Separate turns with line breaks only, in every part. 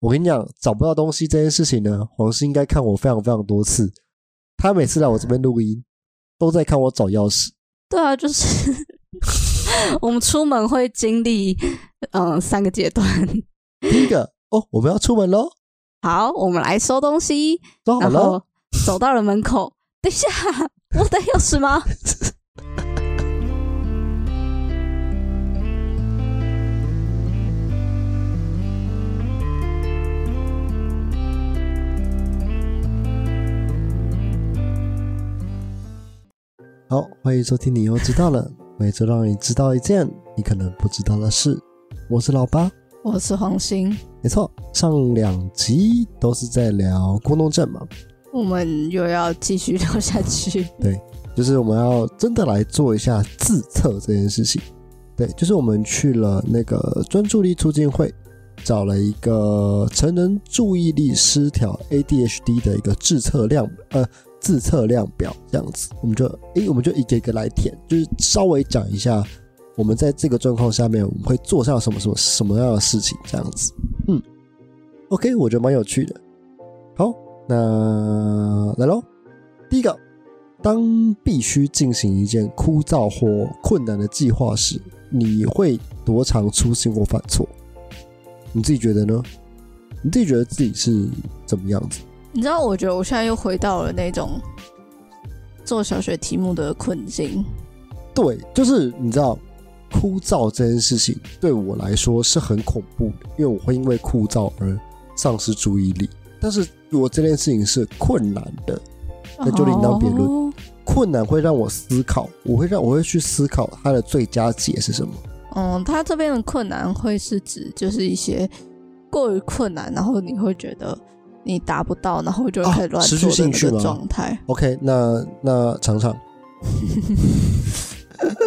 我跟你讲，找不到东西这件事情呢，黄师应该看我非常非常多次。他每次来我这边录音，都在看我找钥匙。
对啊，就是 我们出门会经历嗯、呃三个阶段。
第一个，哦，我们要出门喽，
好，我们来收东西，
装好
然
喽
后。走到了门口，等一下，我带钥匙 吗？
好，欢迎收听。你又知道了，每周让你知道一件你可能不知道的事。我是老八，
我是黄鑫，
没错，上两集都是在聊过动症嘛，
我们又要继续聊下去。
就是我们要真的来做一下自测这件事情。对，就是我们去了那个专注力促进会，找了一个成人注意力失调 ADHD 的一个自测量呃自测量表这样子，我们就诶、我们就一个一个来填，就是稍微讲一下我们在这个状况下面我们会做上什么什么什么样的事情这样子。嗯，OK，我觉得蛮有趣的。好，那来喽，第一个。当必须进行一件枯燥或困难的计划时，你会多常粗心或犯错？你自己觉得呢？你自己觉得自己是怎么样子？
你知道，我觉得我现在又回到了那种做小学题目的困境。
对，就是你知道，枯燥这件事情对我来说是很恐怖的，因为我会因为枯燥而丧失注意力。但是如果这件事情是困难的，那就另当别论
哦。
困难会让我思考，我会让我会去思考它的最佳解是什么。
嗯，他这边的困难会是指就是一些过于困难，然后你会觉得你达不到，然后就
啊
开始乱
失去
做的
兴趣
那
吗
个状态。
OK，那那尝尝。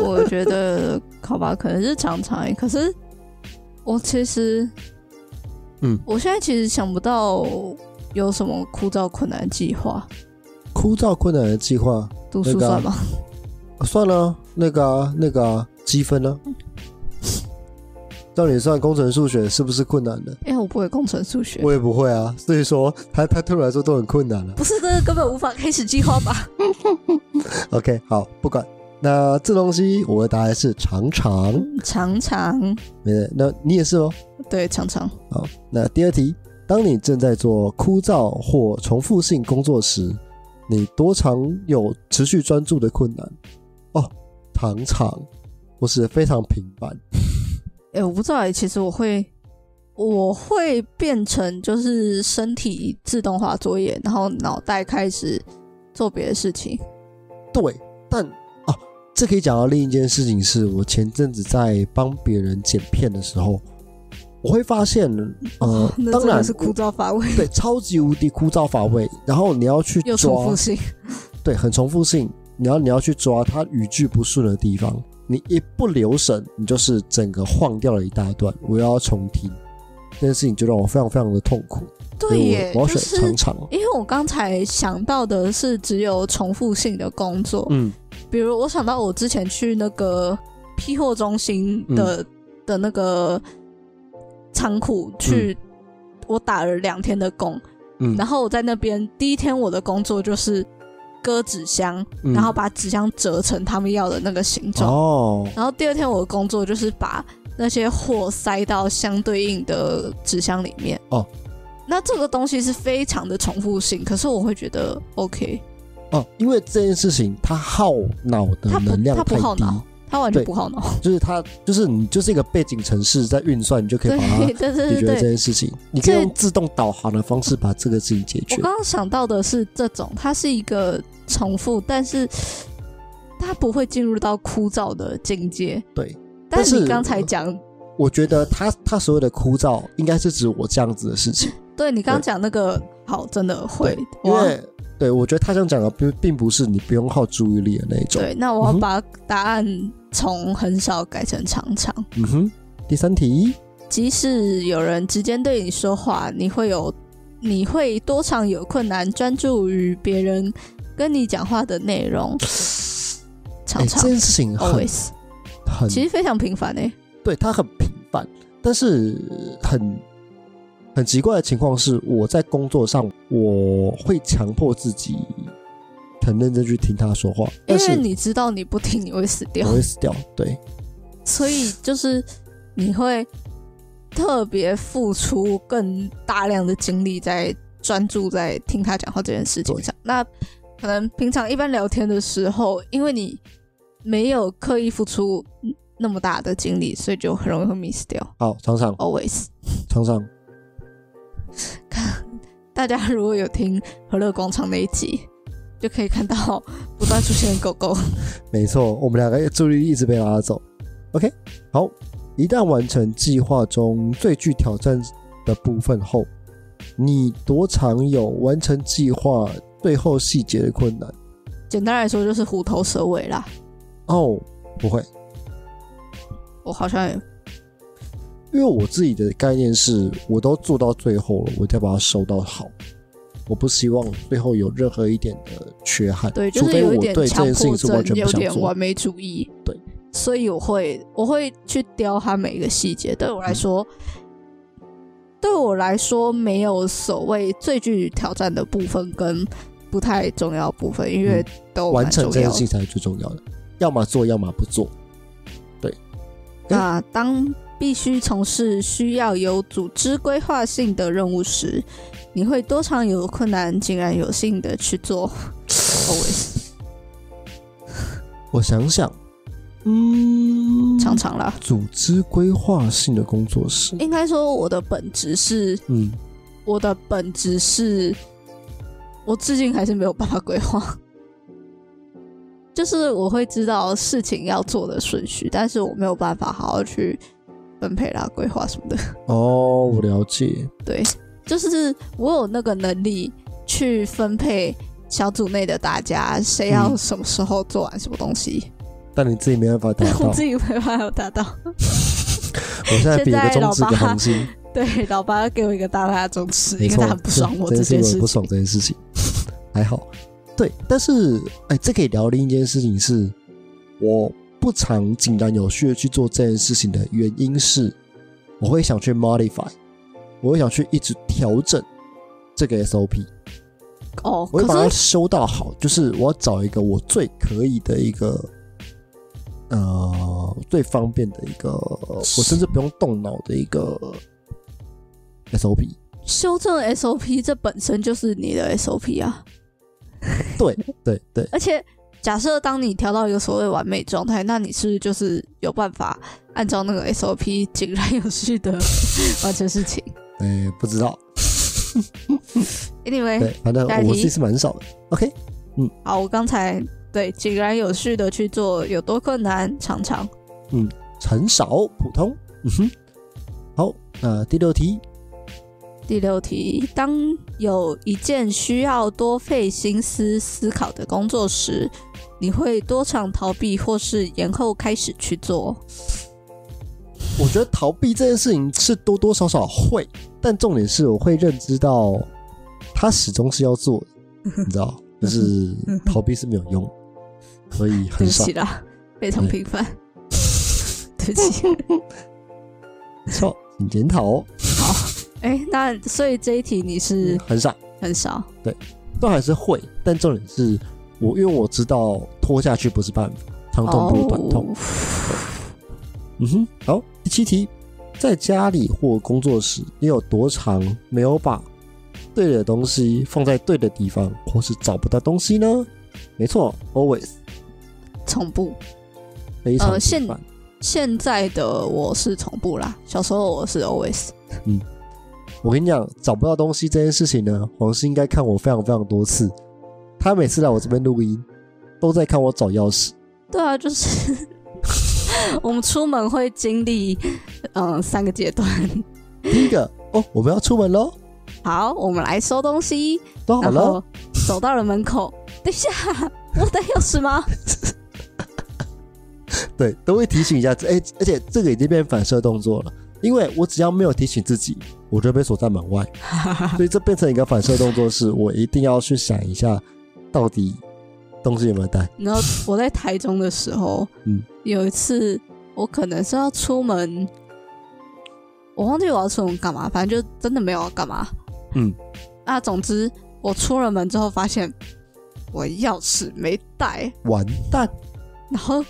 我觉得，好吧，可能是常常欸。可是我其实，
嗯，
我现在其实想不到有什么枯燥困难的计划。
枯燥困难的计划，
读书
那个啊
算吗？
啊算了啊、那个啊，那个啊，积分呢、照你算工程数学是不是困难的？
因哎为我不会工程数学。
我也不会啊，所以说它它对我来说都很困难啊了、
不是，这个根本无法开始计划吧？
OK，好，不管。那这东西我的答案是常常，
常常，
没那你也是哦。
对，常常。
好，那第二题，当你正在做枯燥或重复性工作时，你多常有持续专注的困难？哦，常常，或是非常频繁。
哎、我不知道欸，其实我会，我会变成就是身体自动化作业，然后脑袋开始做别的事情。
对，但哦，这可以讲到另一件事情是，我前阵子在帮别人剪片的时候，我会发现，呃，
那
当
真的
然
是枯燥乏味，
对，超级无敌枯燥乏味，然后你要去
又重
抓
复，性。
对，很重复性，你要你要去抓它语句不顺的地方，你一不留神，你就是整个晃掉了一大段，我又要重听，这件事情就让我非常非常的痛苦，所
对
以
耶，
我我要
就
选
是
长长，哦
因为我刚才想到的是只有重复性的工作，
嗯，
比如我想到我之前去那个批货中心的、
嗯
的那个仓库去，我打了两天的工，
嗯
然后我在那边第一天我的工作就是割纸箱，
嗯
然后把纸箱折成他们要的那个形状，
哦，
然后第二天我的工作就是把那些货塞到相对应的纸箱里面。
哦，
那这个东西是非常的重复性，可是我会觉得 OK，
哦，因为这件事情它耗脑的
它不
能量
它
太
不耗
低，
脑它完全
对
不耗脑。
就是它就是你就是一个背景城市在运算，你就可以把啊它
对
解
对对
决这
对对，
件事情。你可以用
这
自动导航的方式把这个事情解决
我。刚刚想到的是这种，它是一个重复，但是它不会进入到枯燥的境界。
对，但
但
是
你刚才讲，
我觉得它它所有的枯燥，应该是指我这样子的事情。
对你刚刚
对
讲那个好，真的会
对，因
哇
为对我觉得他想讲的并并不是你不用耗注意力的那一种。
对，那我
嗯
要
哼
把答案从很少改成常常。
嗯哼。第三题，
即使有人直接对你说话，你会有，你会多常有困难专注于别人跟你讲话的内容，
哎、
常
这
常
件事情很
always，
很
欸其实非常频繁诶、
对它很平凡，但是很很奇怪的情况是，我在工作上我会强迫自己很认真去听他说话，
因
但是
为你知道你不听你会死掉
我，会死掉。对，
所以就是你会特别付出更大量的精力在专注在听他讲话这件事情上。那可能平常一般聊天的时候，因为你没有刻意付出那么大的精力，所以就很容易会 miss 掉。
好，常
哦
常
Always，
常常
大家如果有听和乐广场那一集，就可以看到不断出现的狗狗。
没错，我们两个注意力一直被拉走。OK，好，一旦完成计划中最具挑战的部分后，你多常有完成计划最后细节的困难？
简单来说就是虎头蛇尾啦。
哦，不会，
我好像也
因为我自己的概念是，我都做到最后了，我再把它收到好。我不希望最后有任何一点的缺憾，
对，就
除
是
非
有
我
一
对
点
这
强
件事
迫
情是完全
症，
不
有
想
点
做
完。美主义。
对，
所以我会我会去雕它每一个细节。对我
嗯
来说，对我来说没有所谓最具挑战的部分跟不太重要的部分，因为都
嗯
蛮
完成
重
这
要
件
的
事情才是最重要的，要么做，要么不做。情
那当必须从事需要有组织规划性的任务时，你会多常有困难，竟然有幸的去做，always
我想想，嗯，
常常啦。
组织规划性的工作室，
应该说，我的本质是
嗯，
我的本质是，我至今还是没有办法规划。就是我会知道事情要做的顺序，但是我没有办法好好去分配啦、规划什么的。
哦，我了解，
对，就是我有那个能力去分配小组内的大家，谁要
嗯
什么时候做完什么东西，
但你自己没办法达
但
到。
我
我
自己没办法达到。
现在比一个中指
现在老
给
爸
红心，
对，老爸给我一个大大的中 指，
没
因为
错
他很，不爽我
真
这
是
件
我
事
很不
情。
爽这件事情，还好。 对，但是哎，这可以聊另一件事情是，我不常井然有序的去做这件事情的原因是，我会想去 modify，我会想去一直调整这个 SOP。
哦，
我会把它
可是
修到好，就是我要找一个我最可以的一个，呃，最方便的一个，我甚至不用动脑的一个 SOP。
修正 SOP 这本身就是你的 SOP 啊，
对 对对，
而且。假设当你调到一个所谓完美状态，那你是不是就是有办法按照那个 SOP 井然有序的 完成事情
哎、不知道，
？Anyway，
对，反正
哎下一
我
题
自己是蛮少的。OK，
好，我刚才对井然有序的去做，有多困难？尝尝。
很少，普通。嗯哼，好，那第六题，
第六题，当有一件需要多费心思思考的工作时，你会多常逃避或是延后开始去做？
我觉得逃避这件事情是多多少少会，但重点是我会认知到，他始终是要做的，你知
嗯
道，就是逃避是没有用的，所以
对
很
不
少
起。啦，非常 频繁。对不起。
没错，请检讨哦，
哎、那所以这一题你是
很少，
很少，
都还是会，但重点是我，因为我知道拖下去不是办法，长痛不如短痛。
哦
嗯哼，好，第七题，在家里或工作时，你有多长没有把对的东西放在对的地方，或是找不到东西呢？没错，always
重步。
非常
呃现
频繁
现在的我是重步啦，小时候我是 always。
我跟你讲，找不到东西这件事情呢，黄师应该看我非常非常多次，他每次来我这边录音，都在看我找钥匙。
对啊，就是 我们出门会经历嗯、呃三个阶段。
第一个，哦，我们要出门喽，
好，我们来收东西，
都好
然
了
后。走到了门口，等一下，我的钥匙吗？
对，都会提醒一下自，哎、而且这个已经变反射动作了，因为我只要没有提醒自己，我就被锁在门 外，所以这变成一个反射动作是，我一定要去想一下，到底东西有没有带。
然后我在台中的时候，
嗯
有一次我可能是要出门，我忘记我要出门干嘛，反正就真的没有要干嘛。
嗯，
那总之我出了门之后发现我钥匙没带，
完蛋，
然后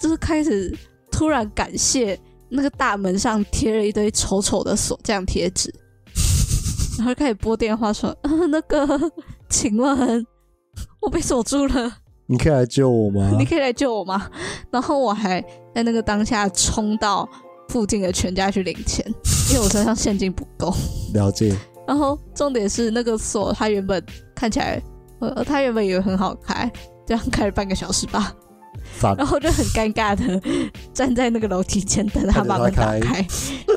就是开始突然感谢那个大门上贴了一堆丑丑的锁匠贴纸，然后开始拨电话说：“呃、那个，请问我被锁住了，
你可以来救我 吗
你？可以来救我吗？”然后我还在那个当下冲到附近的全家去领钱，因为我身上现金不够。
了解，
然后重点是那个锁，它原本看起来，呃，它原本以为很好开，这样开了半个小时
啊
吧，
烦
然后就很尴 尬的站在那个楼梯间等他把门打
看着他
开，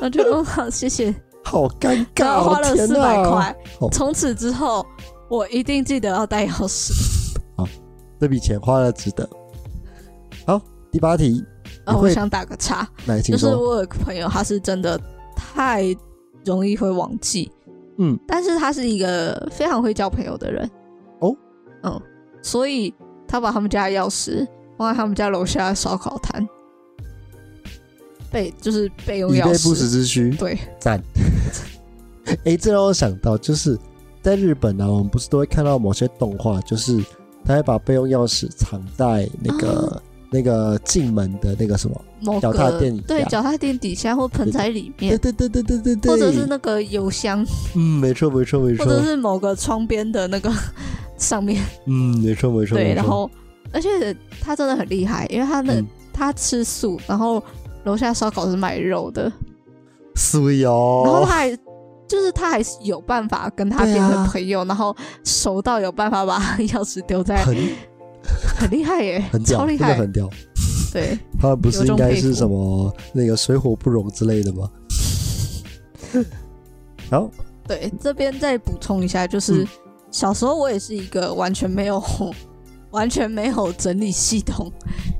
然后就哦好 谢谢，
好啊尴
然
尬，
后花了
天
四
哪
百块
好。
从此之后，我一定记得要带钥匙。
这笔钱花了值得。好，第八题，
然后
你
我
会
想打个叉，
来，请
就是
说。
我有个朋友，他是真的太容易会忘记，
嗯，
但是他是一个非常会交朋友的人。
哦，
嗯，所以他把他们家的钥匙放在他们家楼下的烧烤摊，备就是备用
以备
钥
不时
匙。
之需，
对，
赞。 哎、这让我想到，就是在日本呢、啊我们不是都会看到某些动画，就是他会把备用钥匙藏在那个、
啊
那个进门的那个什么，
某
脚
个
踏垫底下
对脚踏垫底下或盆栽里
对
面，
对对对对对对，
或者是那个油箱，
嗯，没错没错没
或
错，
者是某个窗边的那个 上面。
嗯，没错没错，
对，
没错
然后而且他真的很厉害，因为他的、
嗯
他吃素，然后楼下烧烤是卖肉的，
水
然后
哦
他，还就是他还是有办法跟他
对
变
啊
成朋友，然后熟到有办法把钥匙丢在，
很
很厉害耶，
很屌，
超
真
厉
的
害，
很屌。
对，
他们不是
由
应
衷
该
佩
是
服
什么那个水火不容之类的吗？ 好，
对，这边再补充一下，就是、
嗯
小时候我也是一个完全没有 完全没有整理系统，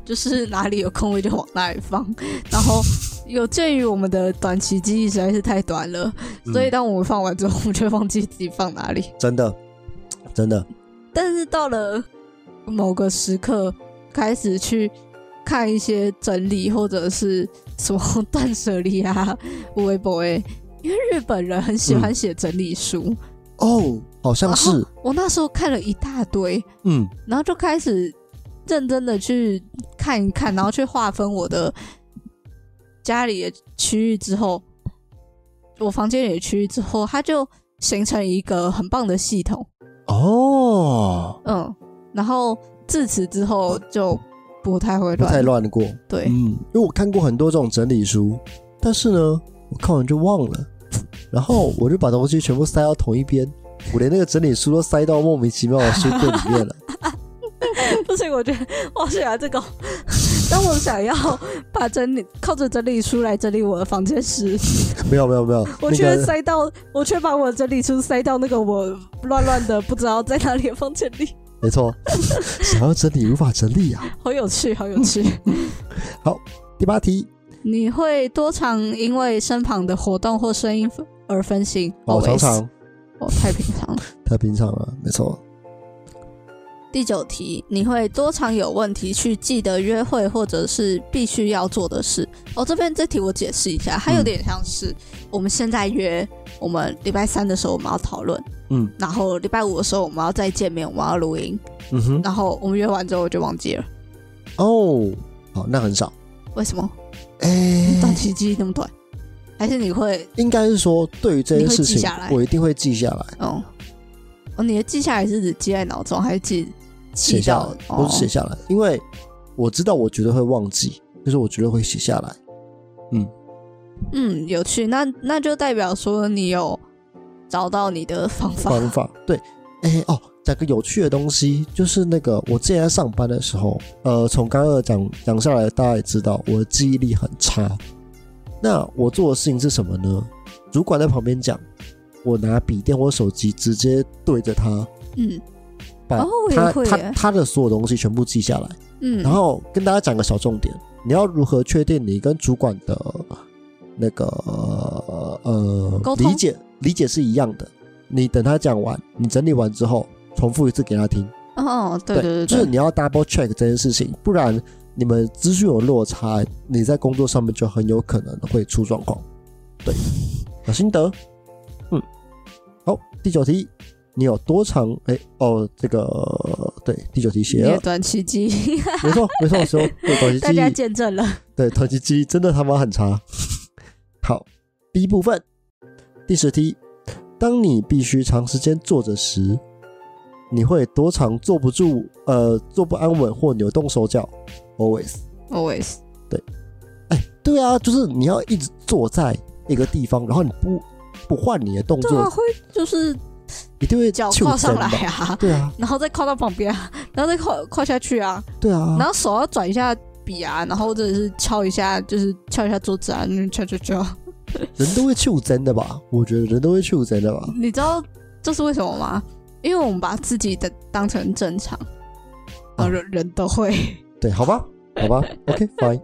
就是哪里有空位就往哪里放。然后有鉴于我们的短期记忆实在是太短了，
嗯
所以当我们放完之后，我们就忘记自己放哪里。
真的真的，
但是到了某个时刻，开始去看一些整理啊或者是什么断舍离啊、微博诶，因为日本人很喜欢写整理书。
哦，好像
然
是
后，我那时候看了一大堆，
嗯，
然后就开始认真的去看一看，然后去划分我的家里的区域之后，我房间里的区域之后，它就形成一个很棒的系统，
哦，
嗯，然后自此之后就不太会
不
乱，
太乱过，
对，
嗯，因为我看过很多这种整理书，但是呢，我看完就忘了，然后我就把东西全部塞到同一边，我连那个整理书都塞到莫名其妙的书柜里面了，
不行，我觉得我好喜欢这个。 当我想要把整理靠着整理书来整理我的房间时，
没有没有没有，那
我却
个
塞到，我却把我的整理书塞到那个我乱乱的不知道在哪里的房间里，
没错，想要整理无法整理啊。
好有趣，好有趣。
嗯第八题，
你会多常因为身旁的活动或声音而分心？
哦，常
Always
常
哦，太平常了。
太平常了，没错，
第九题，你会多常有问题去记得约会或者是必须要做的事？哦，这边这题我解释一下，它有点像是我们现在约，我们礼拜三的时候我们要讨论，
嗯，
然后礼拜五的时候我们要再见面，我们要录音，
嗯哼，
然后我们约完之后我就忘记了，
哦，好，那很少，
为什么？
哎、
短期记忆那么短，还是你会，
应该是说对于这件事
你会记
情
下，来
我一定会记下来，
嗯，哦，你的记下来是指记在脑中，还是记
写
记
下
到哦
来？，不是写下来，因为我知道我绝对会忘记，就是我绝对会写下来，
嗯，有趣，那那就代表说你有找到你的方法。
方法对，哎、哦，讲个有趣的东西，就是那个我之前在上班的时候，呃，从刚刚的讲讲下来，大家也知道我的记忆力很差。那我做的事情是什么呢？主管在旁边讲，我拿笔电或手机直接对着他，
嗯
把
哦我也
他、
会
他
耶
他的所有东西全部记下来，
嗯，
然后跟大家讲个小重点，你要如何确定你跟主管的那个呃
沟通
理解理解是一样的？你等他讲完，你整理完之后，重复一次给他听。
哦，对对对，
就是
对
你要 double check 这件事情，不然你们资讯有落差，你在工作上面就很有可能会出状况。对，小心得。嗯，好，第九题，你有多长？哎、哦，这个对，第九题
你
写
的
了，
短期记忆，
没错没错，我 说对短期
大
记
家
忆，
见证了。
对，统计记忆真的他妈很差。 好，第一部分，第十题，当你必须长时间坐着时，你会多长坐不住？呃，坐不安稳或扭动手脚？Always。
always
哎，对啊，就是你要一直坐在一个地方，然后你不不换你的动
对啊，
作，
会就是
一定会
脚
就
跨上
针
来
吧。
啊，
对啊，
然后再跨到旁边啊，然后再跨跨下去啊，
对啊
然，后手要转一下笔啊，然后或者是敲一下，就是敲一下桌子啊，嗯，敲敲敲。
人都会就针的吧？我觉得人都会就针的吧？
你知道这是为什么吗？因为我们把自己的当成正常，
啊
啊，人人都会。
对，好吧，好吧，OK fine。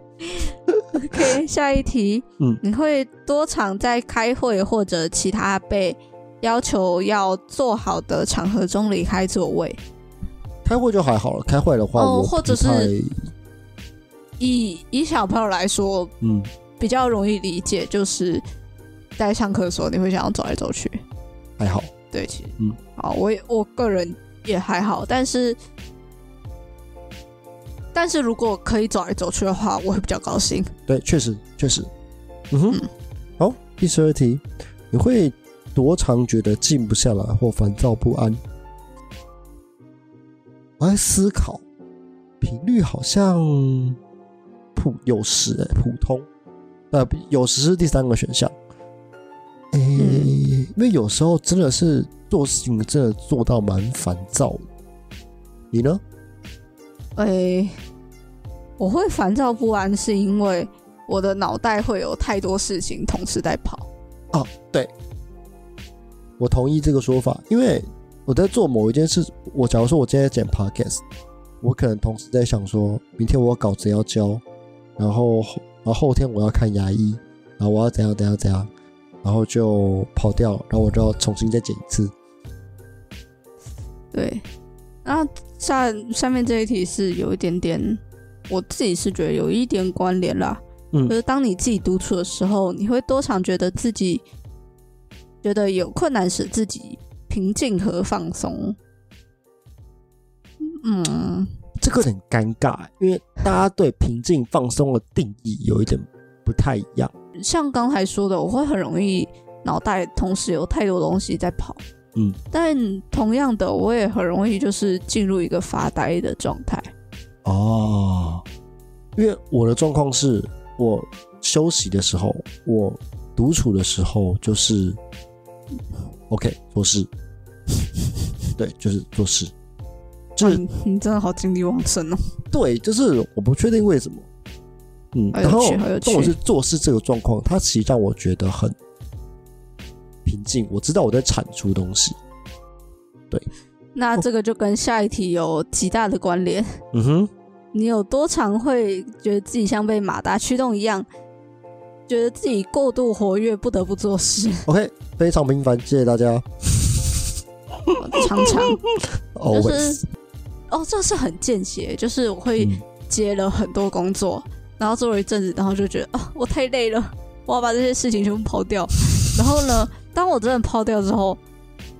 OK，下一题，
嗯
你会多常在开会或者其他被要求要做好的场合中离开座位？
开会就还好了，开会的话
哦
我不
或者是
太
以以小朋友来说，
嗯，
比较容易理解，就是在上课的时候，你会想要走来走去。
还好。
对，其实，
嗯，
好，我也我个人也还好，但是，但是如果可以走来走去的话，我会比较高兴。
对，确实确实。嗯哼
嗯，
好，第十二题，你会多长觉得静不下来或烦躁不安？我在思考，频率好像普有时、欸、普通，呃，有时是第三个选项。诶、
嗯
因为有时候真的是做事情真的做到蛮烦躁的。你呢？
诶、我会烦躁不安，是因为我的脑袋会有太多事情同时在跑。
我同意这个说法，因为我在做某一件事，我假如说我今天在剪 podcast，我可能同时在想说，明天我有稿子要交，然后然后后天我要看牙医，然后我要怎样怎样怎样，然后就跑掉，然后我就要重新再剪一次。
对，那下下面这一题是有一点点，我自己是觉得有一点关联啦。
嗯
就是当你自己独处的时候，你会多常觉得自己觉得有困难使自己平静和放松。嗯，
这个有点尴尬，因为大家对平静放松的定义有一点不太一样。
像刚才说的，我会很容易脑袋同时有太多东西在跑。
嗯，
但同样的，我也很容易就是进入一个发呆的状态。
哦，因为我的状况是我休息的时候，我独处的时候就是 OK 做事， 对，就是做事，就是、
嗯，你真的好精力旺盛哦。
对，就是我不确定为什么，嗯，
好有
然后
趣好有趣
但我是做事这个状况，它其实让我觉得很平静，我知道我在产出东西，
那这个就跟下一题有极大的关联。
嗯哼，
你有多常会觉得自己像被马达驱动一样，觉得自己过度活跃，不得不 做事？
OK，非常平凡，谢谢大家
常常就
，always，、
是哦，这是很间歇，就是我会
嗯
接了很多工作，然后做了一阵子，然后就觉得啊，我太累了， 我要把这些事情全部抛掉。 然后呢，当我真的抛掉之后，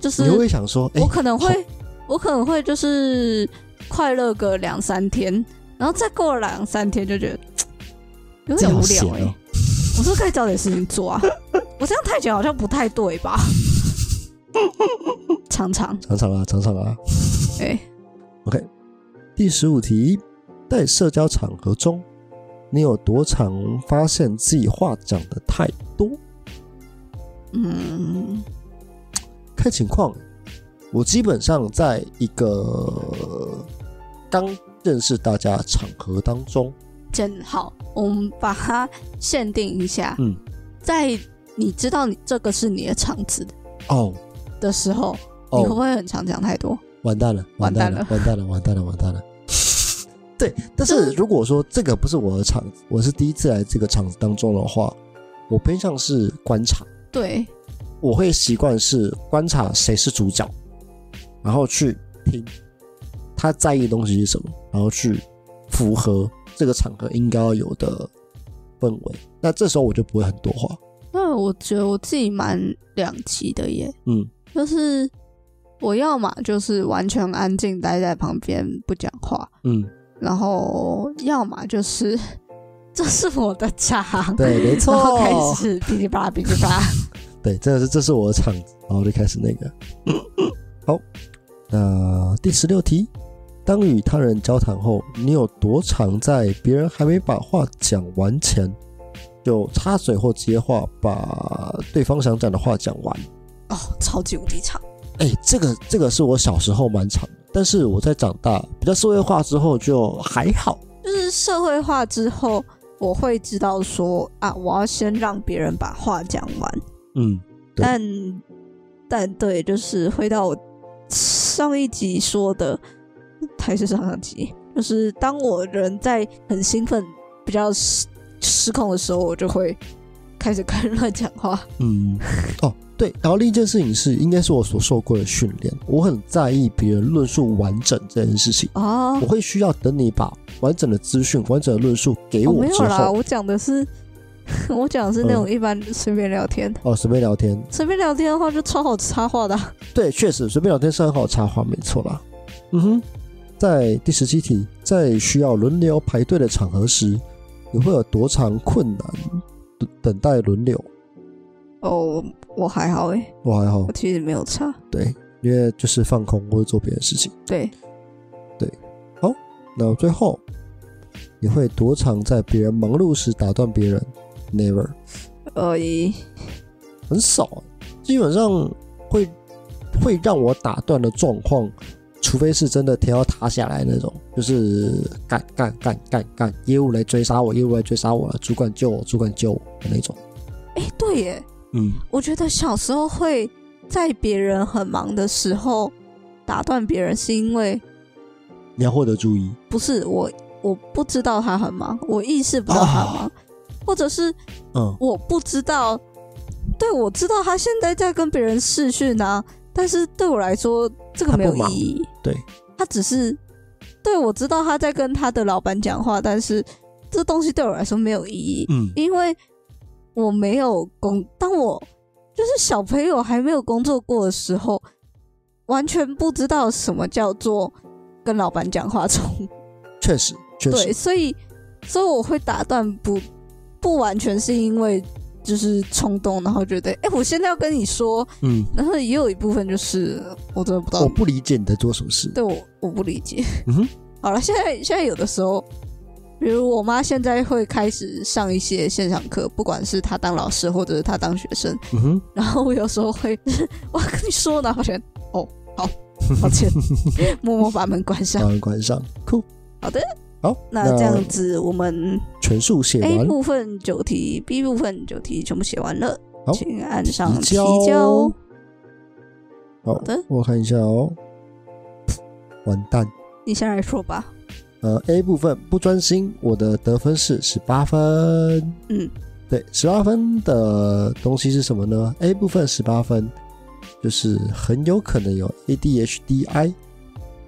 就是
你会想说，哎、
我可能
好
会，我可能会就是快乐个两三天，然后再过了两三天就觉得有
这
点
样
无
好
聊
闲
哎、
哦、
我是不是该找点事情做啊？ 我这样太久好像不太 对吧？常常
尝尝啊，尝尝啊。
哎、
第十五题，在社交场合中，你有多常发现自己话讲的太多？
嗯，
看情况，我基本上在一个刚认识大家的场合当中，
真好，我们把它限定一下。
嗯，
在你知道你这个是你的场子
哦
的时候，你会不
哦，
会很常讲太多？
完蛋了，完蛋了，完蛋了，完蛋了，完蛋了。 对，但是如果说这个不是我的场子，我是第一次来这个场子当中的话，我偏向是观察。
对，
我会习惯是观察谁是主角，然后去听他在意的东西是什么，然后去符合这个场合应该要有的氛围。那这时候我就不会很多话，
那我觉得我自己蛮两极的耶，
嗯，
就是我要嘛就是完全安静待在旁边不讲话，
嗯，
然后要么就是。 这是我的场，
对，没
然
错，
后 开始哔哩吧啦哔哩吧啦，
对，真的是这是我的场子，然后就开始那个。好，那第十六题，当与他人交谈后，你有多常在别人还没把话讲完前，就插嘴或接话，把对方想讲的话讲完？
哦，超级无敌长。
哎，这个这个是我小时候蛮常的，但是我在长大比较社会化之后就还好。
就是社会化之后，我会知道说啊，我要先让别人把话讲完。
嗯，对
但但对，就是回到我上一集说的，还是上上集，就是当我人在很兴奋、比较失失控的时候，我就会开始跟人乱讲话。
嗯，哦，对，然后另一件事情是，应该是我所受过的训练，我很在意别人论述完整这件事情。
哦
我，会需要等你把完整的资讯、完整的论述给
哦
我
没有
之
啦，
后，嗯
我讲的是我讲的是那种一般随便聊天的，
哦，随便聊天，
随便聊天的话就超好插话的啊、
对，确实随便聊天是很好插话，没错啦。嗯哼，在第十七题，在需要轮流排队的场合时，你会有多长困难等等待轮流？
哦，我还好欸诶，
我还好
我，其实没有差。
哦对，因为就是放空或者做别的事情。
对，
那最后，你会多长在别人忙碌时打断别人？Never。
呃，一
很少啊，基本上会会让我打断的状况，除非是真的天要塌下来那种，就是干干干干干，业务来追杀我，业务来追杀我了，主管救我，主管救我的那种。
哎，对耶，
嗯，
我觉得小时候会在别人很忙的时候打断别人，是因为
你要获得注意。
不是我我不知道他很忙，我意识不到
哦
他忙，或者是
嗯，
我不知道，对我知道他现在在跟别人视讯啊，但是对我来说这个没有
他不忙
意义，
对，
他只是对我知道他在跟他的老板讲话，但是这东西对我来说没有意义，
嗯，
因为我没有工，当我就是小朋友还没有工作过的时候，完全不知道什么叫做跟老板讲话冲突。
确实，确
对，
实，
所以所以我会打断不不完全是因为就是冲动，然后觉得哎、诶我现在要跟你说，
嗯，
然后也有一部分就是我真的不知
我
道，
不理解你在做什么事。
对我我不理解。
嗯哼，
好了，现在现在有的时候，比如我妈现在会开始上一些线上课，不管是她当老师或者是她当学生，
嗯哼，
然后我有时候会， 我要跟你说呢，好像哦，好，抱 歉，默默把门关上
把。门关上，酷。
好的，
好，
那这样哎子，我们
全数写
A
完，
部分九题，B 部分九题全部写完了
好，
请按上
提
提
交哦
交。
好
好的
我看一下哦。完蛋，
你先来说吧。
呃，A 部分不专心，我的得分是十八分。
嗯，
对，十八分的东西是什么呢？A 部分十八分，就是很有可能有 ADHDI。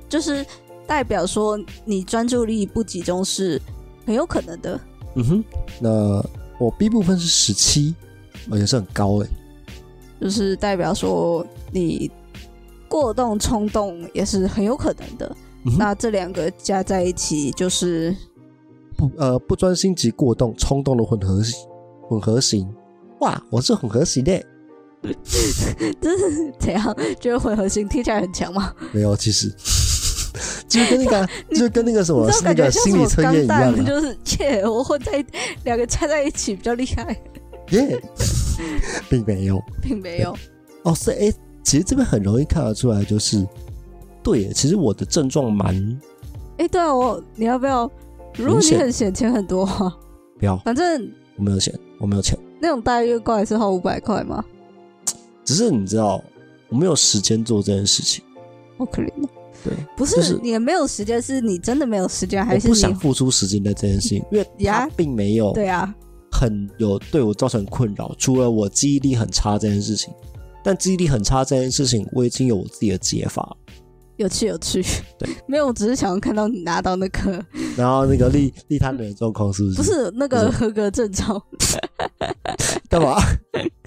就是代表说你专注力不集中是很有可能的。
嗯哼，那我 B 部分是十七，哦也是很高欸诶。
就是代表说你过动、冲动也是很有可能的。
嗯哼
那这两个加在一起就是
不呃不专心及过动、冲动的混合型混合型。哇，我是混合型欸的。
怎样？觉得混合性听起来很强吗？
没有，其实 就是跟那个啊，
你
就是跟那个什么
你知道
那
感觉
个
像
心
什
理
么
测验
钢
一样
弹，
啊。
就是 切，我混在两个加在一起比较厉害，
耶， 并没有。
并没有。
哦，是哎、诶其实这边很容易看得出来，就是对耶，其实我的症状蛮
哎、对啊，我你要不要？如
明
果你
显
很闲，钱很多啊，
不要，
反正
我没有钱，我没有钱，
那种大月过也是花五百块嘛，
只是你知道，我没有时间做这件事情，
好可怜哦。
对，
不是、
就是
你也没有时间，是你真的没有时间，还
我
是
不想
你？
付出时间在这件事情，因为它
呀
并没有
对啊，
很有对我造成困扰，除了我记忆力很差这件事情，但记忆力很差这件事情，我已经有我自己的解法了，
有趣有趣。
对，
没有，我只是想要看到你拿到那个，
然后那个 利利他的人状况是不是？
不是那个合格证照，
干嘛？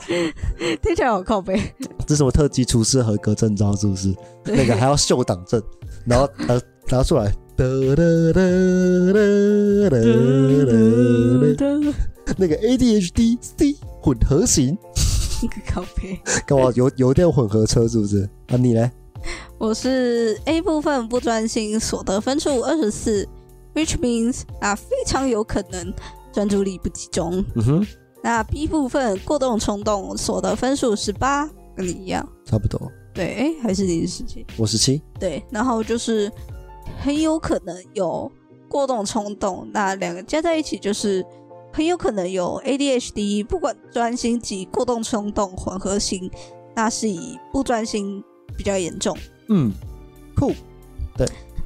听起来好靠背。
这是什么特级厨师合格证照是不是？
对
那个 还要秀党证，然后拿拿出来。哒哒哒哒哒哒哒那个 ADHD C 混合型，
靠背。
干 嘛油油电混合车是不是？啊，你呢？
我是 A 部分不专心，所得分数二十四，which means 啊非常有可能专注力不集中。
嗯哼，
那 B 部分过动冲动，所得分数十八，跟你一样。
差不多，
对，哎，还是你是十七。
我十七，
对，然后就是很有可能有过动冲动，那两个加在一起就是很有可能有 ADHD，不管专心及过动冲动混合型，那是以不专心比较严重。
嗯，酷，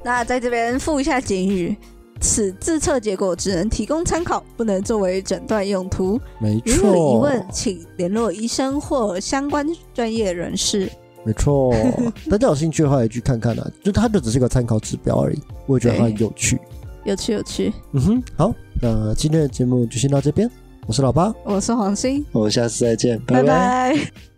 那在这边附一下警语。此自测结果只能提供参考，不能作为诊断用途。
没
如有疑
错，
问，请联络医生或相关专业人士。
没错。 大家有兴趣的话也去看看啊，就它就只是个参考指标而已，我也觉得它很有趣。
有趣，有趣。
嗯哼，好，那今天的节目就先到这边，我是老八，
我是黄鑫，
我们下次再见，拜
拜拜